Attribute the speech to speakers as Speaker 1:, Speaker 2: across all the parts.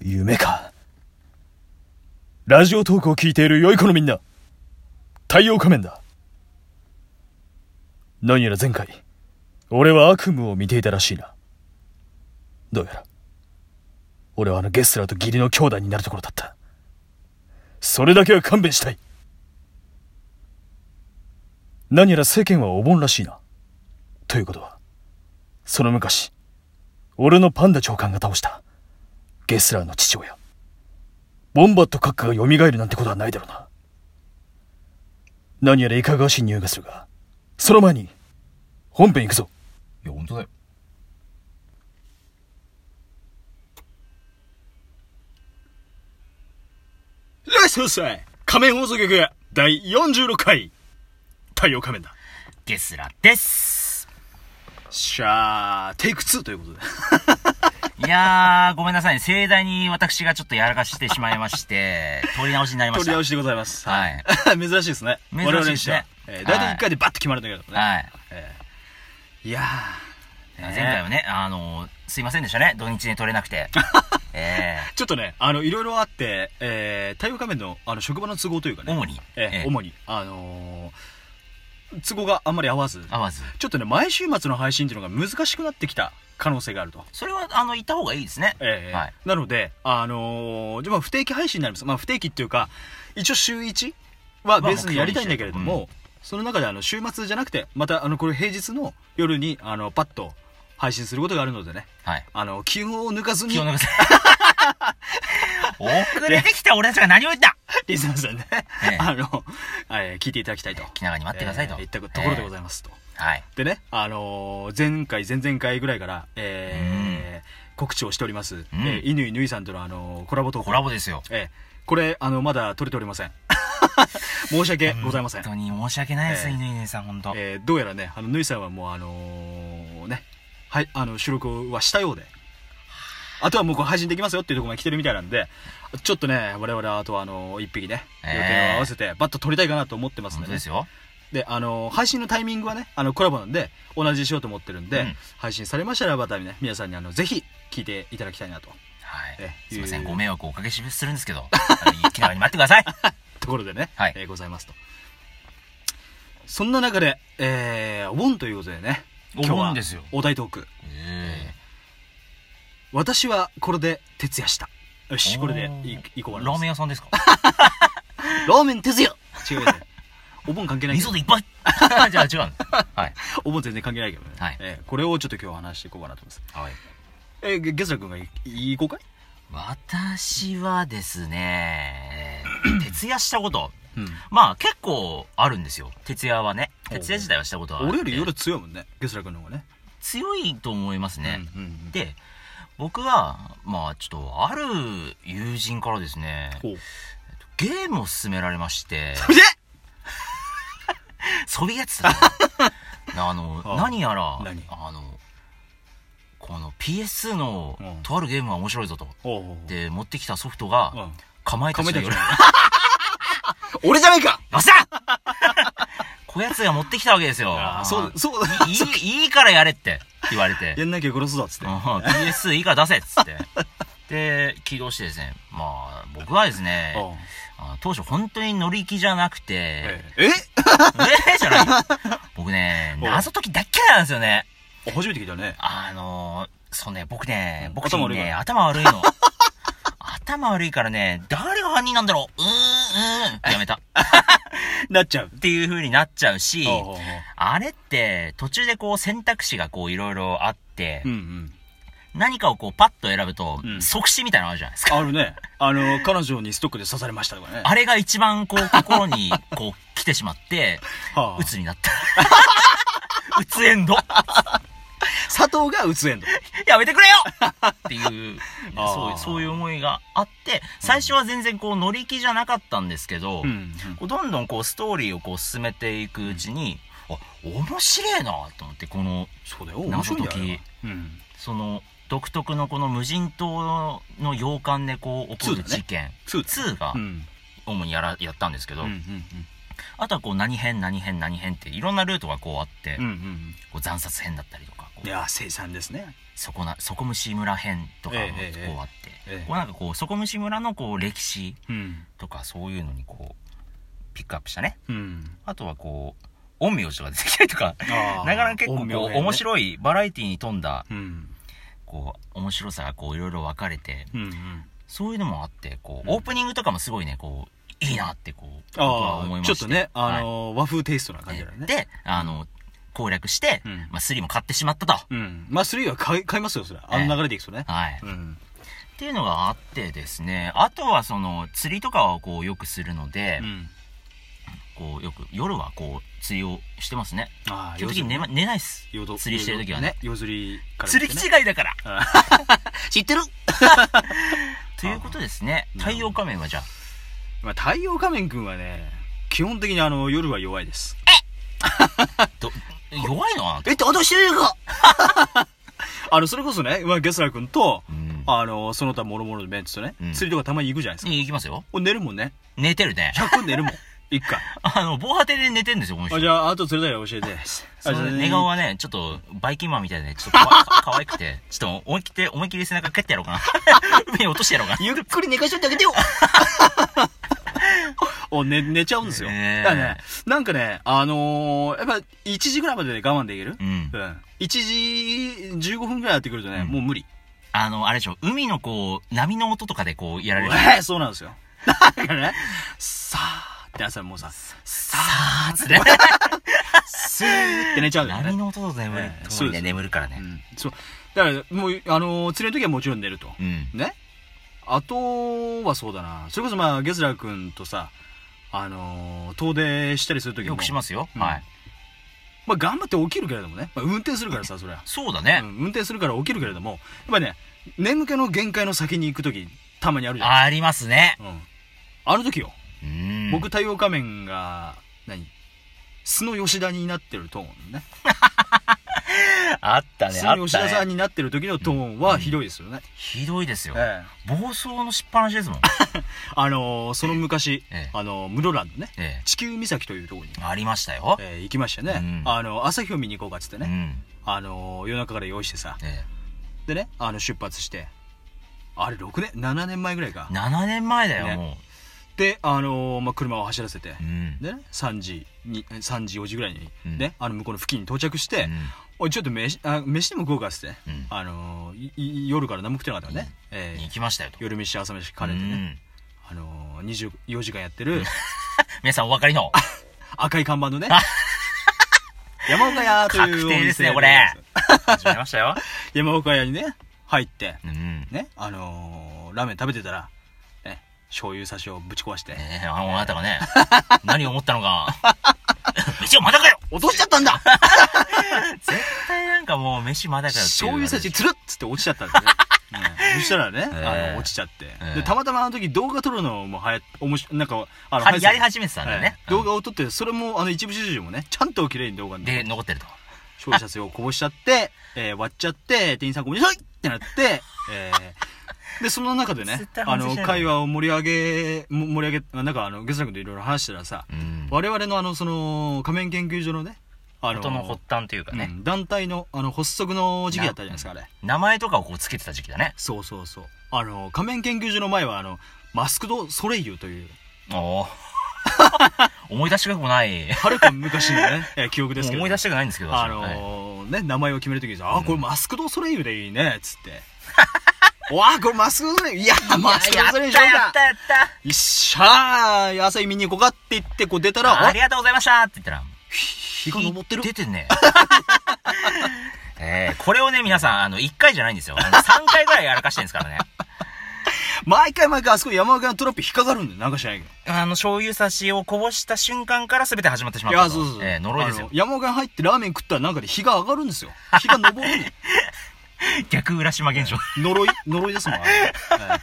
Speaker 1: 夢か。ラジオトークを聞いている良い子のみんな、太陽仮面だ。何やら前回、俺は悪夢を見ていたらしいな。どうやら、俺はあのゲスラーと義理の兄弟になるところだった。それだけは勘弁したい。何やら世間はお盆らしいな。ということは、その昔、俺のパンダ長官が倒した、ゲスラーの父親、ボンバット閣下が蘇るなんてことはないだろうな。何やらいかがわしい匂いがするが、その前に、本編行くぞ。
Speaker 2: いや、本当だよ。
Speaker 1: いらっしゃいませ仮面放送局第46回、太陽仮面だ。
Speaker 2: ゲスラです。
Speaker 1: しゃー、テイク2ということで。
Speaker 2: いやー、ごめんなさいね。盛大に私がちょっとやらかしてしまい まして、取り直しになりま
Speaker 1: 取
Speaker 2: し
Speaker 1: り
Speaker 2: た。
Speaker 1: 直しでございます。
Speaker 2: はい。
Speaker 1: 珍しいですね。
Speaker 2: 珍しいですね
Speaker 1: 我々にしては。えー大体1回でバッと決まるんだけどね。
Speaker 2: はい。
Speaker 1: いやー、
Speaker 2: 前回はね、あのー、すいませんでしたね。土日に取れなくて。 え
Speaker 1: ちょっとね、あの、いろいろあって、えー、太陽仮面の、あの、職場の都合というか
Speaker 2: ー、
Speaker 1: ね、
Speaker 2: 主に、
Speaker 1: えー主に、あのー都合があんまり合わず、
Speaker 2: 合わず。
Speaker 1: ちょっとね、毎週末の配信っていうのが難しくなってきた可能性があると。
Speaker 2: それは、あの、いた方がいいですね。
Speaker 1: えー
Speaker 2: はい
Speaker 1: なので、あのーじゃあまあ不定期配信になります。まあ不定期っていうか、一応週1はベースにやりたいんだけれども、
Speaker 2: まあ目標
Speaker 1: その中であの週末じゃなくて、またあのこれ平日の夜にあのパッと配信することがあるのでね、
Speaker 2: はい。
Speaker 1: あの、気温を抜かずに
Speaker 2: 気を、抜かせ。 遅れてきた俺たちが何を言った
Speaker 1: リスナーさんね、
Speaker 2: ええ
Speaker 1: あの、えー聞いていただきたいと。
Speaker 2: 気長に待ってくださいと。
Speaker 1: えー言ったところでございますと。
Speaker 2: はい。
Speaker 1: でね、あのー前回、前々回ぐらいから、えー告知をしております、えー犬井ぬいさんとの、あのーコラボ投稿
Speaker 2: コラボですよ。
Speaker 1: ええ、これ、あの、まだ取れておりま せん。申し訳ございません。
Speaker 2: 本当に申し訳ないです、
Speaker 1: えー
Speaker 2: 犬犬さん、本当。
Speaker 1: えーどうやらね、あの、ぬいさんはもう、あのーね、はい、あの、収録はしたようで、あとはもうこう配信できますよっていうところまで来てるみたいなんで、ちょっとね、我々はあとはあの、一匹ね、予
Speaker 2: ええ
Speaker 1: 定を合わせて、バッと撮りたいかなと思ってますんで
Speaker 2: 本当
Speaker 1: ね
Speaker 2: で。すよ。
Speaker 1: で、あのー配信のタイミングはね、あの、コラボなんで、同じにしようと思ってるんで、
Speaker 2: うん
Speaker 1: 配信されましたらまたね、皆さんにあの、ぜひ、聞いていただきたいなと。
Speaker 2: はい
Speaker 1: え。
Speaker 2: すいませ、
Speaker 1: いうん
Speaker 2: ご迷惑をおかけしするんですけど、あの気長に待ってください。
Speaker 1: ところでね、
Speaker 2: はい
Speaker 1: えーございますと。そんな中で、えー、お盆ということでね、
Speaker 2: お盆
Speaker 1: 今日は
Speaker 2: ですよ
Speaker 1: お題トーク。
Speaker 2: え
Speaker 1: 私はこれで徹夜した。よ
Speaker 2: え
Speaker 1: し、これでいいこうか
Speaker 2: ラ
Speaker 1: な。
Speaker 2: ーメン屋さんですか
Speaker 1: ラーメン徹夜違うよね。お盆関係ない
Speaker 2: 味
Speaker 1: けど
Speaker 2: 噌でいっぱ いじゃあ違うんですはい。
Speaker 1: お盆全然関係ないけどね。
Speaker 2: はい
Speaker 1: えーこれをちょっと今日は話していこうかなと思います。
Speaker 2: はい。
Speaker 1: えー、ゲゲスラ君がいいこうかい
Speaker 2: 私はですね、徹夜したこと。
Speaker 1: うん。
Speaker 2: まあ結構あるんですよ。徹夜はね。
Speaker 1: おう
Speaker 2: 徹夜自体はしたことはあって
Speaker 1: 俺より夜強いもんね、ゲスラ君の方がね。
Speaker 2: 強いと思いますね。
Speaker 1: うんうんうん
Speaker 2: で、僕は、まあちょっとある友人からですね、
Speaker 1: ほう。
Speaker 2: ゲームを勧められまして、
Speaker 1: それで
Speaker 2: そび えつたね。あの、
Speaker 1: ああ
Speaker 2: 何やら、
Speaker 1: 何
Speaker 2: あの、この PS2 の
Speaker 1: うん
Speaker 2: とあるゲームは面白いぞと。
Speaker 1: おうおうおう
Speaker 2: で、持ってきたソフトが、
Speaker 1: うん
Speaker 2: かまいた
Speaker 1: か
Speaker 2: ち
Speaker 1: め
Speaker 2: の
Speaker 1: たち
Speaker 2: 夜
Speaker 1: の。俺じゃないか
Speaker 2: よっしゃこやつが持ってきたわけですよ。
Speaker 1: あーそう、そう、
Speaker 2: いい、いいからやれって言われて。
Speaker 1: やんなきゃ殺すぞっつって
Speaker 2: うん。PS2 いいから出せっつって。で、起動してですね、まあ、僕はですね、
Speaker 1: うん
Speaker 2: あの当初本当に乗り気じゃなくて、え
Speaker 1: え
Speaker 2: え じゃない僕ね、
Speaker 1: おう
Speaker 2: 謎解きだっけなんですよね。
Speaker 1: え初めて聞いたね。
Speaker 2: あのー、そうね、僕ね
Speaker 1: う、ん
Speaker 2: 僕自身ね、
Speaker 1: 頭
Speaker 2: 頭悪いの。 頭悪いからね、誰が犯人なんだろううーん、うーん、やめた。っ
Speaker 1: なっちゃう。
Speaker 2: ていう風になっちゃうし、
Speaker 1: おうおうおう
Speaker 2: あれって、途中でこう選択肢がこういろいろあって、
Speaker 1: うんうん。
Speaker 2: 何かをこうパッと選ぶと、
Speaker 1: うん
Speaker 2: 即死みたいなのあるじゃないですか。
Speaker 1: あるね。あの、彼女にストックで刺されましたとかね。
Speaker 2: あれが一番こ う心にこう来てしまって、
Speaker 1: はあ
Speaker 2: 鬱になった。 鬱エンド
Speaker 1: 佐藤がうつえんの。
Speaker 2: やめてくれよっていう
Speaker 1: あー
Speaker 2: そう、そういう思いがあって、最初は全然こう乗り気じゃなかったんですけど、
Speaker 1: うん。
Speaker 2: こうどんどんこうストーリーをこう進めていくうちに、あ、面白いなと思って、この、
Speaker 1: そうだよ。面白いんだよ
Speaker 2: 謎解き。
Speaker 1: うん。
Speaker 2: その、独特のこの無人島の洋館でこう起こる
Speaker 1: ツーだね
Speaker 2: 事件、
Speaker 1: そうだ
Speaker 2: 2が
Speaker 1: うん。
Speaker 2: 主にやら、やったんですけ
Speaker 1: う
Speaker 2: ど、
Speaker 1: んうん
Speaker 2: あとはこう何編何編何編っていろんなルートがこうあって、
Speaker 1: うん。うんうん
Speaker 2: こう残殺編だったりとか、こ
Speaker 1: うん。いうや、生産ですね。
Speaker 2: そこな、そこ虫村編とかも
Speaker 1: ええええ
Speaker 2: こうあって、
Speaker 1: えええ
Speaker 2: こうなんかこう、底虫村のこう、歴史
Speaker 1: うん。
Speaker 2: とかそういうのにこう、ピックアップしたね。
Speaker 1: うん。
Speaker 2: あとはこう、陰陽師とか出てきたりとか、
Speaker 1: あ
Speaker 2: な
Speaker 1: ー
Speaker 2: かなか結構こう、
Speaker 1: 陰陽眼ね
Speaker 2: 面白い、バラエティに富んだ、
Speaker 1: うん。
Speaker 2: こう、面白さがこう、いろいろ分かれて、
Speaker 1: うんうん。
Speaker 2: そういうのもあって、こう、オープニングとかもすごいね、こう、いいなってこう、僕は
Speaker 1: あ
Speaker 2: 思い
Speaker 1: あ、ち
Speaker 2: まし
Speaker 1: ょ
Speaker 2: た
Speaker 1: っとね、あ
Speaker 2: はい
Speaker 1: のー、和風テイストな感じだよね。
Speaker 2: で、あの、攻略して、
Speaker 1: うん
Speaker 2: まあ、3も買ってしまったと。
Speaker 1: うん。まあ、3は買い、買いますよ、それ。あの流れでいくとね。
Speaker 2: はい。っ
Speaker 1: うん。
Speaker 2: ていうのがあってですね、あとはその、釣りとかをこう、よくするので
Speaker 1: う、ん。
Speaker 2: こう、よく、夜はこう、釣りをしてますね。
Speaker 1: ああ、
Speaker 2: 基本的に寝,、ま、寝ないっす。
Speaker 1: 夜通
Speaker 2: 釣りしてる時はね。。
Speaker 1: 夜釣りから
Speaker 2: 釣り
Speaker 1: ね
Speaker 2: 基地外だから
Speaker 1: あ
Speaker 2: 知ってるということですね。
Speaker 1: あー
Speaker 2: 太陽仮面はじゃあ、
Speaker 1: まあ、太陽仮面くんはね、基本的にあの、夜は弱いです。
Speaker 2: ど、弱いのは
Speaker 1: え、って私してるか あの、それこそね、まあ、ゲスラーくんと、
Speaker 2: うん。
Speaker 1: あの、その他諸々のメンツとね、
Speaker 2: うん
Speaker 1: 釣りとかたまに行くじゃないですか。
Speaker 2: いきますよ。
Speaker 1: お寝るもんね。
Speaker 2: 寝てるね。
Speaker 1: 100寝る もん。一回。
Speaker 2: あの、防波堤で寝てるんですよ、この人
Speaker 1: あ、じ。ゃあ、あと釣れたら教えて。あ
Speaker 2: そ
Speaker 1: じ
Speaker 2: の
Speaker 1: ゃあ
Speaker 2: 寝顔はね、ちょっと、バイキンマンみたいでね、ちょっとかわ可愛くて、ちょっと思い切って、思い切り背中蹴ってやろ うかな。 海に落としてやろうか
Speaker 1: ゆっくり寝かしといてあげてよ お寝寝ちゃうんですよ。
Speaker 2: ねえ
Speaker 1: だからね、なんかね、あのーやっぱ1時ぐらいまでね我慢できる、
Speaker 2: な。うん
Speaker 1: う。ん、1時15分ぐらいやってくるとね、
Speaker 2: うん
Speaker 1: もう無理。
Speaker 2: あの、あれでしょ、海のこう、波の音とかでこう、やら れる。
Speaker 1: ええそうなんですよ。だからね、さあって朝もうさ、さあ
Speaker 2: つね。
Speaker 1: スーって寝ちゃうから
Speaker 2: 波
Speaker 1: ね。
Speaker 2: の音と眠る
Speaker 1: ええ。
Speaker 2: そ
Speaker 1: そうう
Speaker 2: ね、
Speaker 1: です
Speaker 2: 眠るから
Speaker 1: う
Speaker 2: ね。
Speaker 1: ん、そう。だから、もう、あのー釣れる時はもちろん寝ると。
Speaker 2: うん。
Speaker 1: ねあとはそうだなそれこそまあゲスラー君とさあのー遠出したりするときも
Speaker 2: よくしますよ。
Speaker 1: うん
Speaker 2: はい。
Speaker 1: まあ頑張って起きるけれどもね、まあ、運転するからさそりゃ、
Speaker 2: そうだ
Speaker 1: う
Speaker 2: ね。
Speaker 1: ん運転するから起きるけれどもやっぱね眠気の限界の先に行くときたまにあるじゃん
Speaker 2: ありますね。
Speaker 1: うん、あの時よ、
Speaker 2: うん。
Speaker 1: 僕太陽仮面が何素の吉田になってるトーンね
Speaker 2: あったね、
Speaker 1: 素
Speaker 2: あ
Speaker 1: の
Speaker 2: っ
Speaker 1: 吉田さ
Speaker 2: た
Speaker 1: ん
Speaker 2: ね。
Speaker 1: になってる時のトーンはひどいですよね、
Speaker 2: ひどいですよ。
Speaker 1: ええ
Speaker 2: 暴走のしっぱなしですもん。
Speaker 1: あのーその昔、
Speaker 2: ええ
Speaker 1: あのー室蘭のね
Speaker 2: え
Speaker 1: 地球岬というところに
Speaker 2: え。ありましたよ。
Speaker 1: えー行きましたね、
Speaker 2: うん
Speaker 1: あの朝日を見に行こうかっつって
Speaker 2: う
Speaker 1: ね、
Speaker 2: ん。
Speaker 1: あの夜中から用意してさ
Speaker 2: え
Speaker 1: でねあの出発してあれ6年7年前ぐらいか
Speaker 2: え。7年前だよ、
Speaker 1: ね
Speaker 2: も
Speaker 1: であのまあ、車を走らせて
Speaker 2: う。う、ん。
Speaker 1: でね3時に3時4時ぐらいに、
Speaker 2: うん
Speaker 1: ねあの向こうの付近に到着して、
Speaker 2: うん
Speaker 1: おいちょっと飯あ飯でも食おうかっつって、
Speaker 2: うん
Speaker 1: あのいい夜から何も食ってなかったからね、えー
Speaker 2: 行きましたよと。
Speaker 1: 夜飯朝飯兼ねてね、
Speaker 2: うん
Speaker 1: あの24時間やってる
Speaker 2: 皆さんお分かりの。
Speaker 1: 赤い看板のね山岡屋という
Speaker 2: 確
Speaker 1: お
Speaker 2: 定
Speaker 1: 店
Speaker 2: ですね、これ。始まりましたよ。
Speaker 1: 山岡屋にね入って
Speaker 2: うん。
Speaker 1: ねあのーラーメン食べてたら、ね、醤油差しをぶち壊して
Speaker 2: ええあのあなたがね、 何を思ったのか。 飯をまだかよ
Speaker 1: 落としちゃったんだ
Speaker 2: 絶対なんかもう飯まだかよっていう
Speaker 1: 醤油
Speaker 2: のがあるでしょ。
Speaker 1: 差しつるっつって落ちちゃったんだね、 うんそしたらね、
Speaker 2: え
Speaker 1: あ
Speaker 2: え
Speaker 1: の落ちちゃって、
Speaker 2: え
Speaker 1: でたまたまあの時動画撮るのもはやおもしなんかあの
Speaker 2: は
Speaker 1: 流行ってた
Speaker 2: やり始めてたんだよね
Speaker 1: え。え動画を撮ってそれもあの一部始終もねちゃんと綺麗に動画に
Speaker 2: で、残ってると。
Speaker 1: 消費者性をこぼしちゃって、えー割っちゃって、店員さんごめんなさいってなって、えーで、その中でね
Speaker 2: 絶対、
Speaker 1: あ
Speaker 2: 反省し
Speaker 1: の、
Speaker 2: ない
Speaker 1: 会話を盛り上げ、も盛り上げ、なんかあの、ゲスラ君といろいろ話してたらさ、
Speaker 2: うん。
Speaker 1: 我々のあの、その、仮面研究所のね、あ
Speaker 2: 事の発端というか
Speaker 1: う
Speaker 2: ね。
Speaker 1: ん団体の、あの、発足の時期だったじゃないですか、あれ。
Speaker 2: 名前とかをこうつけてた時期だね。
Speaker 1: そうそうそう。あの、仮面研究所の前は、あの、マスクド・ソレイユという、
Speaker 2: おお。 思い出したくもない。
Speaker 1: はるか昔のね、えー記憶ですけど。
Speaker 2: 思い出したくないんですけど、
Speaker 1: あ
Speaker 2: 私ははい
Speaker 1: のーね、名前を決めるときにさ、あ、これマスクドソレイユでいいね、つって。 わあ、これマスクドソレイユ、いや、マスクドソレイユにしよう
Speaker 2: やっ
Speaker 1: か
Speaker 2: た。やった
Speaker 1: よっしゃー、朝日見に行こうかって言って、こう出たら、
Speaker 2: あ
Speaker 1: あ
Speaker 2: りがとうございましたって言ったら、
Speaker 1: 日が昇ってる。
Speaker 2: 出てんね。 えー、これをね、皆さん、あの、1回じゃないんですよ。あの3回ぐらいやらかしてるんですからね。
Speaker 1: 毎回毎回あそこ山岡のトラップ引っかかるんだよ、なんか知らないけ
Speaker 2: あの、醤油差しをこぼした瞬間から全て始まってしま
Speaker 1: ど。
Speaker 2: っ
Speaker 1: いや、
Speaker 2: たと
Speaker 1: そうそうそう。
Speaker 2: えー呪いです
Speaker 1: あ
Speaker 2: よ
Speaker 1: の。山岡に入ってラーメン食ったらなんかで日が上がるんですよ。日が昇るんだ よ。
Speaker 2: 逆浦島現象。
Speaker 1: 呪い、呪いですもん、あれは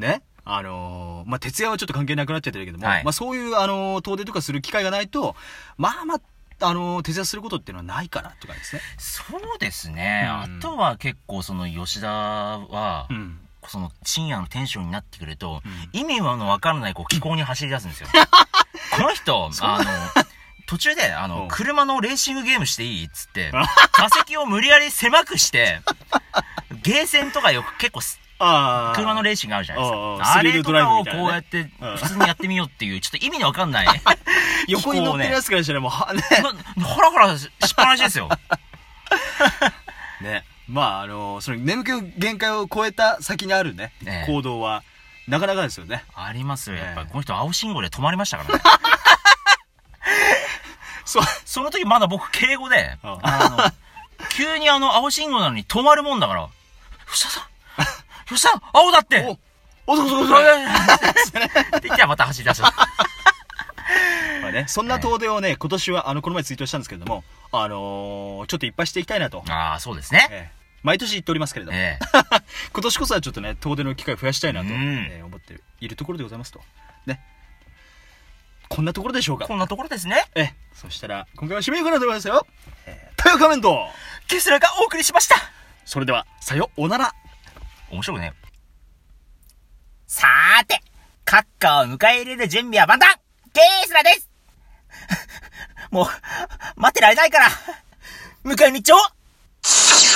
Speaker 1: いね。あのーまあ、徹夜はちょっと関係なくなっちゃってるけども、
Speaker 2: はい
Speaker 1: まあ、そういう、あのー遠出とかする機会がないと、まあまあ、あのー徹夜することっていうのはないからって感じですね。
Speaker 2: そうですね。
Speaker 1: うん
Speaker 2: あとは結構、その、吉田は、
Speaker 1: うん。
Speaker 2: その、深夜のテンションになってくると、
Speaker 1: う
Speaker 2: 意味のわからない、こう、気候に走り出すん ですよ。この人、あの、途中で、あ
Speaker 1: う
Speaker 2: の
Speaker 1: ん、
Speaker 2: 車のレーシングゲームしていいっつって、座席を無理やり狭くして、ゲーセンとかよく結構す
Speaker 1: ああ。
Speaker 2: 車のレーシングあるじゃないです
Speaker 1: あ
Speaker 2: か。
Speaker 1: あス
Speaker 2: あ
Speaker 1: リ
Speaker 2: れ
Speaker 1: ル
Speaker 2: と
Speaker 1: ドライ
Speaker 2: か
Speaker 1: ブ
Speaker 2: を
Speaker 1: み
Speaker 2: こ
Speaker 1: たいうなね
Speaker 2: やって、普通にやってみようっていう、ちょっと意味のわかんない。
Speaker 1: 横に乗ってるやつからしたらもう、は ね。
Speaker 2: なほらほらししっぱなしですよ。
Speaker 1: ね。まあ、あの、その眠気の限界を超えた先にあるね
Speaker 2: え、え
Speaker 1: 行動は、なかなかですよね。
Speaker 2: ありますよ。やっぱ
Speaker 1: え
Speaker 2: り
Speaker 1: え
Speaker 2: この人青信号で止まりましたからね。
Speaker 1: そう。
Speaker 2: その時まだ僕敬語で、
Speaker 1: あ
Speaker 2: あの、急にあの青信号なのに止まるもんだから、吉田さん、吉田さん、青だって
Speaker 1: お、おそこそこそこ
Speaker 2: って 言ったらまた走り出す。
Speaker 1: まあね、そんな遠出をね、今年は、あの、この前ツイートしたんですけれども、あのーちょっといっぱいしていきたいなと、
Speaker 2: ああ、そうですね。
Speaker 1: ええ毎年言っておりますけれども、
Speaker 2: ええ。
Speaker 1: 今年こそはちょっとね、遠出の機会を増やしたいなと、
Speaker 2: うん
Speaker 1: ええ思っているところでございますと。ね。こんなところでしょうか
Speaker 2: こ。んなところですね。
Speaker 1: ええ、そしたら、今回は締めようかなと思いますよ。ええ、太陽仮面と、
Speaker 2: ケスラがお送りしました
Speaker 1: それでは、さようなら。
Speaker 2: 面白くね。さーて、閣下を迎え入れる準備は万端ケースラです もう、待ってられないから、 迎えに行っちゃおう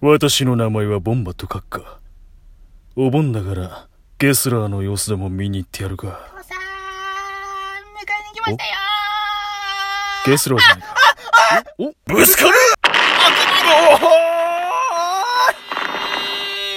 Speaker 3: 私の名前はボンバと書くか。お盆だから、ゲスラーの様子でも見に行ってやるか。
Speaker 4: さん、迎えに来ましたよー
Speaker 3: ゲスラーじゃないか。おおぶつかる
Speaker 4: あ